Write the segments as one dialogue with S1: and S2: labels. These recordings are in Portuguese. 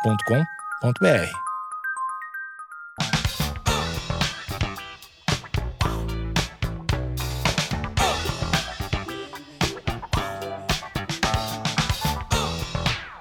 S1: agenciadepodcast.com.br.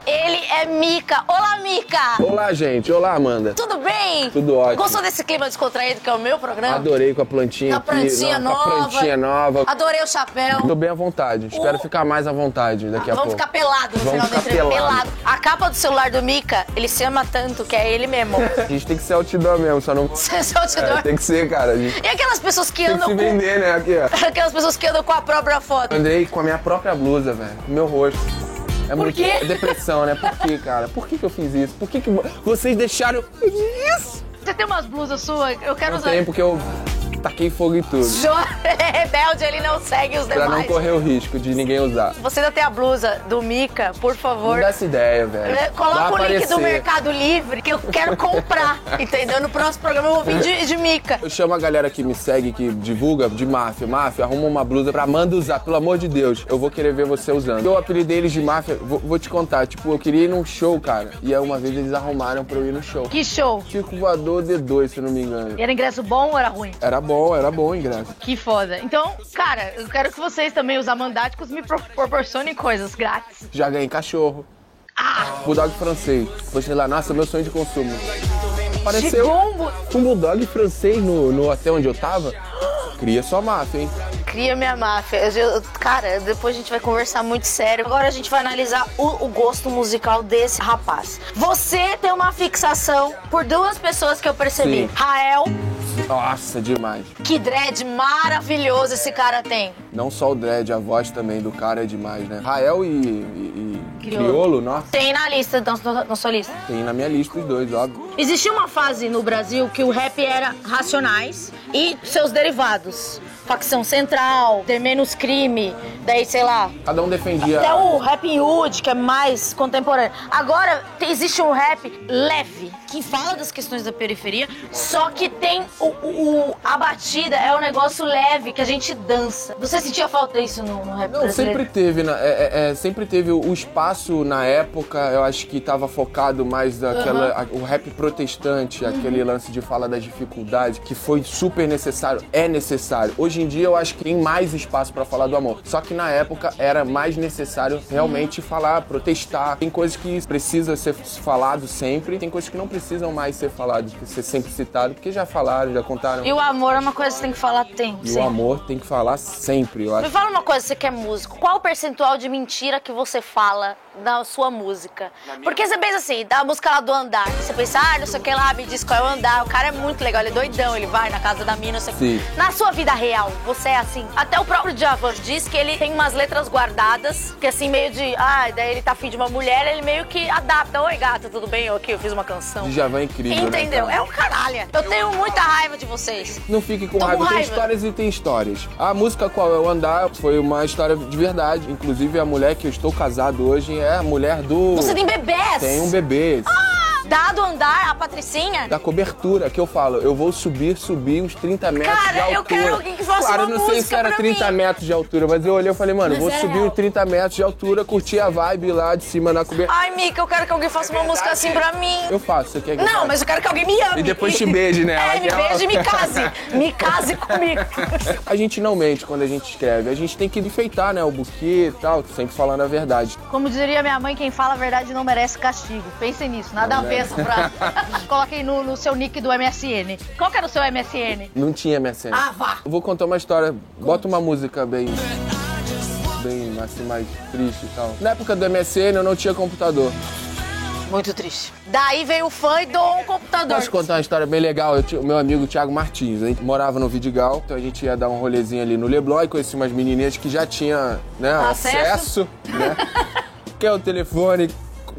S2: Ele é Mica. Olá, Mica!
S3: Olá, gente. Olá, Amanda.
S2: Tudo bem?
S3: Tudo ótimo.
S2: Gostou desse clima descontraído que é o meu programa?
S3: Adorei com a plantinha
S2: A
S3: aqui.
S2: plantinha
S3: não,
S2: nova.
S3: Com a plantinha nova.
S2: Adorei o chapéu.
S3: Tô bem à vontade. Espero ficar mais à vontade daqui a
S2: Vamos
S3: pouco.
S2: ficar pelado no
S3: Vamos
S2: final da
S3: ficar
S2: entrevista.
S3: pelado.
S2: A capa do celular do Mica, ele se ama tanto que é ele mesmo.
S3: A gente tem que ser outdoor mesmo, só não...
S2: Esse é o
S3: É,
S2: outdoor.
S3: tem que ser, cara. A gente
S2: E aquelas pessoas que
S3: tem que
S2: andam
S3: se
S2: com.
S3: vender, né? Aqui, ó.
S2: Aquelas pessoas que andam com a própria foto.
S3: Andei com a minha própria blusa, velho. Com meu rosto. É muito
S2: quê?
S3: é depressão, né? Por que, cara? Por que, que eu fiz isso? Por que, que vo- vocês deixaram eu fazer isso?
S2: Você tem umas blusas suas? Eu quero
S3: Não
S2: usar.
S3: tem, porque eu taquei fogo em tudo.
S2: Jo- é rebelde, ele não segue os
S3: Pra
S2: é demais.
S3: não correr o risco de ninguém usar.
S2: Você ainda tem a blusa do Mica, por
S3: Não
S2: favor.
S3: dá essa ideia,
S2: É,
S3: velho. Vai
S2: Coloca o link do
S3: aparecer.
S2: Mercado Livre que eu quero comprar, entendeu? No próximo programa eu vou vir de, de mica.
S3: Eu chamo a galera que me segue, que divulga, de máfia. Máfia, arruma uma blusa pra Amanda usar, pelo amor de Deus. Eu vou querer ver você usando. Eu apelidei eles de máfia, vou, vou te contar. Tipo, eu queria ir num show, cara. E aí uma vez eles arrumaram pra eu ir no show.
S2: Que show!
S3: Chico Voador D2, se eu não me engano.
S2: Era ingresso bom ou era ruim?
S3: Era bom, era bom o ingresso.
S2: Que foda. Então, cara, eu quero que vocês também, os amandáticos, me pro- proporcionem coisas grátis.
S3: Já ganhei cachorro. Bulldog francês. Postei lá, nossa, meu sonho de consumo. Apareceu
S2: Chegombo!
S3: um bulldog francês no, no hotel onde eu tava. Cria sua máfia, hein?
S2: Cria minha máfia. Eu- eu- cara, depois a gente vai conversar muito sério. Agora a gente vai analisar o, o gosto musical desse rapaz. Você tem uma fixação por duas pessoas que eu percebi.
S3: Sim.
S2: Rael,
S3: Nossa, demais.
S2: que dread maravilhoso esse cara tem.
S3: Não só o dread, a voz também do cara é demais, né? Rael e, e, e
S2: Criolo.
S3: Criolo. nossa,
S2: Tem na lista, na, na, na sua lista.
S3: tem na minha lista os dois, óbvio.
S2: Existia uma fase no Brasil que o rap era racionais e seus derivados. Facção Central, ter menos crime, daí sei lá.
S3: Cada um defendia.
S2: Até o rap hood, que é mais contemporâneo. Agora te- existe um rap leve, que fala das questões da periferia, só que tem o, o- o- a batida, é um negócio leve que a gente dança. Você sentia falta disso no, no rap
S3: Não,
S2: brasileiro?
S3: sempre teve, né? É, é, é, sempre teve o espaço na época, eu acho que tava focado mais naquela, a- o rap protestante, aquele
S2: Uhum.
S3: lance de falar das dificuldades, que foi super necessário, é necessário. Hoje em dia eu acho que tem mais espaço pra falar do amor. Só que na época era mais necessário realmente
S2: Uhum.
S3: falar, protestar. Tem coisas que precisam ser falado sempre, tem coisas que não precisam mais ser faladas, ser sempre citado, porque já falaram, já contaram.
S2: E o amor é uma coisa que você tem que falar tempo.
S3: E o amor tem que falar sempre, eu acho.
S2: Me fala uma coisa, você que é músico, qual o percentual de mentira que você fala na sua música? Porque você pensa assim, da música lá do andar, você pensa, ah, não sei o que lá, me diz qual é o andar, o cara é muito legal, ele é doidão, ele vai na casa da mina, não sei o que.
S3: Sim.
S2: Na sua vida real, você é assim? Até o próprio Djavan diz que ele tem umas letras guardadas, que assim, meio de, ah, daí ele tá afim de uma mulher, ele meio que adapta, oi gata, tudo bem? Eu aqui, eu fiz uma canção.
S3: Djavan é incrível, né,
S2: Entendeu?
S3: cara?
S2: É um caralho. Eu tenho muita raiva de vocês.
S3: Não fique com
S2: Tô com
S3: raiva. Tem
S2: raiva.
S3: histórias e tem histórias. A música Qual é o Andar foi uma história de verdade. Inclusive, a mulher que eu estou casado hoje é a mulher do.
S2: Você tem bebês!
S3: Tem um bebê.
S2: Dado o andar, a Patricinha.
S3: Da cobertura que eu falo, eu vou subir, subir uns 30 metros
S2: Cara,
S3: de
S2: eu
S3: altura.
S2: quero alguém que faça
S3: Claro,
S2: uma
S3: eu não sei se
S2: música
S3: era
S2: pra
S3: 30
S2: mim.
S3: metros de altura, mas eu olhei e falei, mano,
S2: Mas
S3: vou
S2: era
S3: subir
S2: real.
S3: uns 30 metros de altura, curtir a vibe lá de cima na cobertura.
S2: Ai, Mica, eu quero que alguém faça uma música assim pra mim.
S3: É Eu faço, você quer que eu
S2: Não,
S3: faça?
S2: mas eu quero que alguém me ame.
S3: E depois te beije, né?
S2: É,
S3: Ela
S2: me
S3: quer-
S2: beije e me case. Me case comigo.
S3: A gente não mente quando a gente escreve. A gente tem que enfeitar, né? O buquê e tal, sempre falando a verdade.
S4: Como diria minha mãe, quem fala a verdade não merece castigo. Pensem nisso, nada a ver essa frase. Coloquei no, no seu nick do MSN. Qual que era o seu MSN?
S3: Não tinha MSN.
S2: Ah, vá.
S3: Eu Vou contar uma história. Bota uma música bem. Bem, assim, mais triste e tal. Na época do MSN eu não tinha computador.
S2: Muito triste. Daí veio o fã e dou um computador.
S3: Posso contar uma história bem legal? Eu tinha- o meu amigo Thiago Martins, a gente morava no Vidigal, então a gente ia dar um rolezinho ali no Leblon e conheci umas menininhas que já tinha né,
S2: Acesso.
S3: acesso. né? Quer o telefone?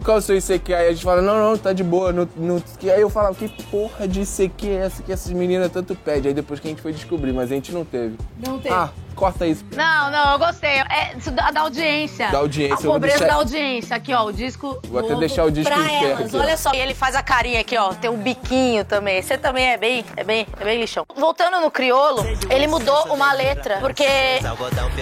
S3: Qual o seu ICQ? Aí a gente fala, não, não, tá de boa. Não, não... E Aí eu falava, que porra de ICQ é essa que essas meninas tanto pedem? Aí depois que a gente foi descobrir, mas a gente não teve. Não teve. Ah, corta isso.
S4: Não, não, eu gostei. É isso da, da audiência.
S3: Da audiência,
S4: A
S3: eu vou
S4: pobreza
S3: deixar-
S4: da audiência. Aqui, ó, o disco.
S3: Vou até
S4: novo.
S3: deixar o disco
S2: pra
S3: em pé
S2: elas.
S3: aqui, ó.
S2: Olha só, e ele faz a carinha aqui, ó. Tem um biquinho também. Você também é bem, é bem, é bem lixão. Voltando no criolo, ele mudou uma letra porque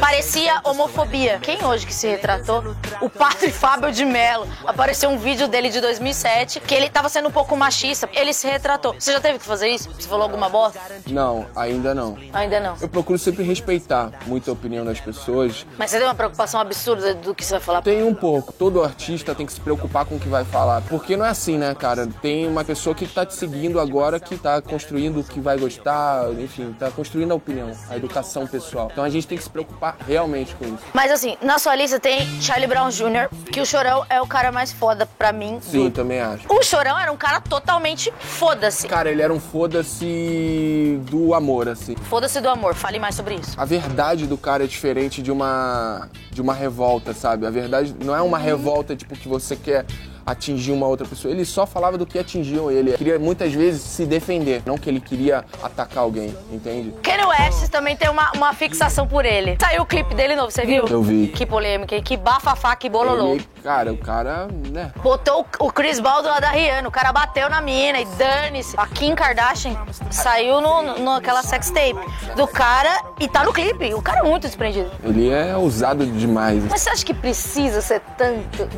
S2: parecia homofobia. Quem hoje que se retratou? O padre Fábio de Mello. Apareceu um vídeo dele de 2007 que ele tava sendo um pouco machista. Ele se retratou. Você já teve que fazer isso? Você falou alguma bosta?
S3: Não, ainda não.
S2: Ainda não.
S3: Eu procuro sempre respeitar muito a opinião das pessoas.
S2: Mas você tem uma preocupação absurda do que você vai falar?
S3: Tem um pouco. Todo artista tem que se preocupar com o que vai falar. Porque não é assim, né, cara? Tem uma pessoa que tá te seguindo agora, que tá construindo o que vai gostar, enfim, tá construindo a opinião, a educação pessoal. Então a gente tem que se preocupar realmente com isso.
S2: Mas assim, na sua lista tem Charlie Brown Jr., que o Chorão é o cara mais foda pra mim.
S3: Sim, então. também acho.
S2: O Chorão era um cara totalmente foda-se.
S3: Cara, ele era um foda-se do amor, assim.
S2: Foda-se do amor, fale mais sobre isso.
S3: A verdade do cara é diferente de uma de uma revolta, sabe? A verdade não é uma revolta tipo que você quer atingir uma outra pessoa. Ele só falava do que atingiam ele. Ele queria muitas vezes se defender, não que ele queria atacar alguém, entende?
S2: Kanye West também tem uma, uma fixação por ele. Saiu o clipe dele novo, você viu?
S3: Eu vi.
S2: Que polêmica, que bafafá, que bololô.
S3: Ele, cara, o cara, né?
S2: Botou o o Chris Ball do lado da Rihanna, o cara bateu na mina e dane-se. A Kim Kardashian saiu no, no, naquela sextape do cara e tá no clipe. O cara é muito desprendido.
S3: Ele é ousado demais.
S2: Mas você acha que precisa ser tanto?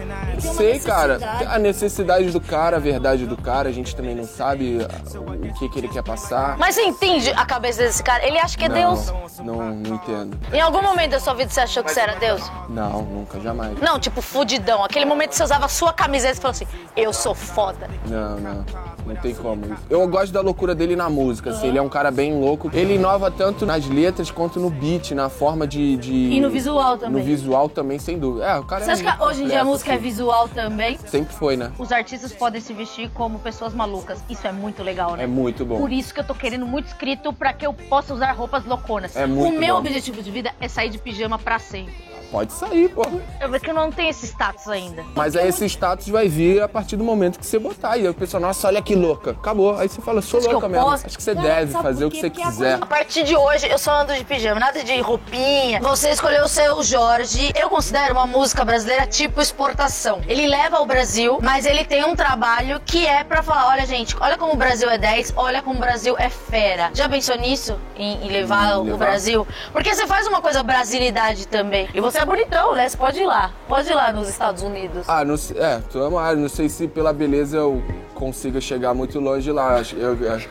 S3: Sei, cara. A necessidade do cara, a verdade do cara, a gente também não sabe ah, o que, que ele quer passar.
S2: Mas você entende a cabeça desse cara? Ele acha que é Deus.
S3: Não, não entendo.
S2: Em algum momento da sua vida você achou que você era Deus?
S3: Não, nunca, jamais.
S2: Não, tipo, fudidão. Aquele momento que você usava a sua camiseta e falou assim, eu sou foda.
S3: Não, não. Não tem como. Eu gosto da loucura dele na música, assim. Ele é um cara bem louco. Ele inova tanto nas letras quanto no beat, na forma de. de...
S4: E no visual também.
S3: No visual também, sem dúvida. É, o cara
S4: Você acha que hoje em dia a música é
S3: visual?
S4: visual também?
S3: Sempre foi, né?
S4: Os artistas podem se vestir como pessoas malucas. Isso é muito legal, né?
S3: É muito bom.
S4: Por isso que eu tô querendo muito escrito pra que eu possa usar roupas louconas.
S3: É muito
S4: o meu
S3: bom.
S4: objetivo de vida é sair de pijama pra sempre.
S3: Pode sair, pô.
S4: Eu vejo que eu não tenho esse status ainda.
S3: Mas aí esse status vai vir a partir do momento que você botar. E aí o pessoal, nossa, olha que louca. Acabou. Aí você fala, sou
S2: Acho que
S3: louca
S2: eu
S3: mesmo.
S2: posso?
S3: Acho que você
S2: Não,
S3: deve
S2: sabe
S3: fazer
S2: por
S3: o que
S2: quê?
S3: você
S4: é
S2: Porque a
S3: quiser.
S2: A partir de hoje, eu só ando de pijama, nada de roupinha. Você escolheu o seu Jorge. Eu considero uma música brasileira tipo exportação. Ele leva ao Brasil, mas ele tem um trabalho que é pra falar: olha, gente, olha como o Brasil é 10, olha como o Brasil é fera. Já pensou nisso? Em, em levar
S3: Em
S2: o
S3: Hum, levar.
S2: Brasil? Porque você faz uma coisa brasilidade também. E você é bonitão, né? Você pode ir lá. Pode ir lá nos Estados Unidos.
S3: Ah, não sei. É, tô amado. Não sei se pela beleza eu consiga chegar muito longe lá. Acho- Eu, acho.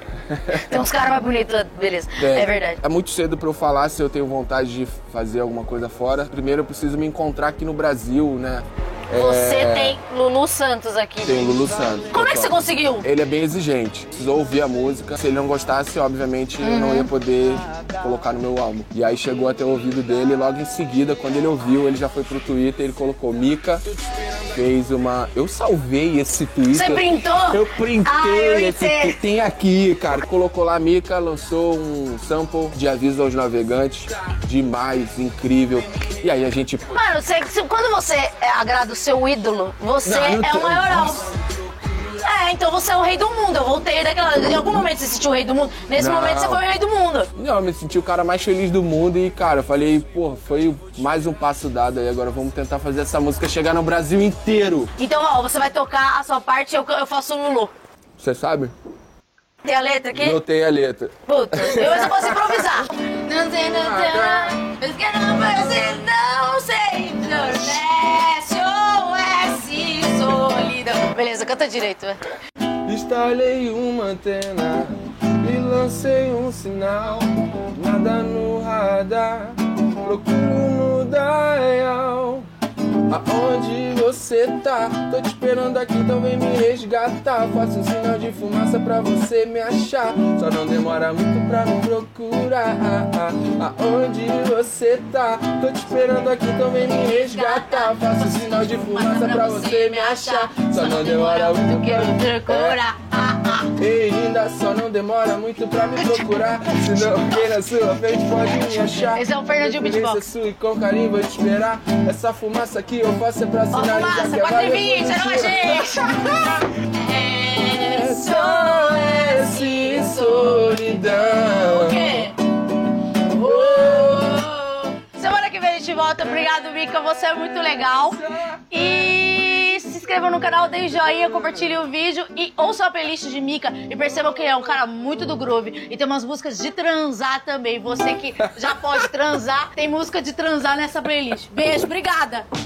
S2: Tem uns caras mais bonitos, beleza. é verdade.
S3: É muito cedo pra eu falar se eu tenho vontade de fazer alguma coisa fora. Primeiro eu preciso me encontrar aqui no Brasil, né? É,
S2: Você tem Lulu Santos aqui.
S3: Tem o
S2: gente.
S3: Lulu Santos.
S2: Como é que você
S3: Total.
S2: conseguiu?
S3: Ele é bem exigente. Precisou ouvir a música. Se ele não gostasse, obviamente, eu não ia poder colocar no meu álbum. E aí chegou até o ouvido dele. e Logo em seguida, quando ele ouviu, ele já foi pro Twitter. Ele colocou Mica. Fez uma. Eu salvei esse Twitter.
S2: Você printou?
S3: Eu printei
S2: Ah, eu
S3: esse
S2: entendo.
S3: que tem aqui, cara. Colocou lá a Mica, lançou um sample de aviso aos navegantes. Demais, incrível. E aí a gente.
S2: Mano, você- você- quando você é, agrada o seu ídolo, você
S3: Não, eu
S2: é
S3: tenho-
S2: o maior alvo.
S3: Nossa.
S2: É, então você é o rei do mundo. Eu voltei daquela. Em algum momento você sentiu o rei do mundo. Nesse
S3: Não.
S2: momento você foi o rei do mundo.
S3: Não, eu me senti o cara mais feliz do mundo e, cara, eu falei, pô, foi mais um passo dado aí. Agora vamos tentar fazer essa música chegar no Brasil inteiro.
S2: Então, ó, você vai tocar a sua parte e eu, eu faço o Lulu.
S3: Você sabe?
S2: Tem a letra aqui?
S3: Notei a letra.
S2: Puta, eu só posso improvisar. Não sei, não sei, mas que não parece, não sei. Nordeste ou S, solidão. Beleza, canta direito. é. vai.
S3: Instalei uma antena e lancei um sinal. Nada no radar, procuro no Dial. Aonde você tá? Tô te esperando aqui, então vem me resgatar. Faço um sinal de fumaça pra você me achar. Só não demora muito pra me procurar. Aonde você tá? Tô te esperando aqui, então vem me resgatar. Faço um sinal de fumaça pra você me achar. Só não demora muito pra me procurar.
S2: É.
S3: E ainda só não demora muito pra me procurar. Se não alguém na sua frente pode me achar.
S4: Esse é o Fernandinho Beatbox.
S3: Preferência sua e com carinho vou te esperar. Essa fumaça que eu faço é pra
S2: Ó,
S3: sinalizar
S2: fumaça,
S3: que a
S2: 4 e
S3: vaga
S2: 20,
S3: é
S2: era uma gente. É
S3: SOS e solidão.
S2: quê?
S3: Oh,
S2: volta. Obrigado, Mica. Você é muito legal. E se inscrevam no canal, deem joinha, compartilhem o vídeo e ouçam a playlist de Mica. E percebam que ele é um cara muito do groove. E tem umas músicas de transar também. Você que já pode transar, tem música de transar nessa playlist. Beijo, obrigada.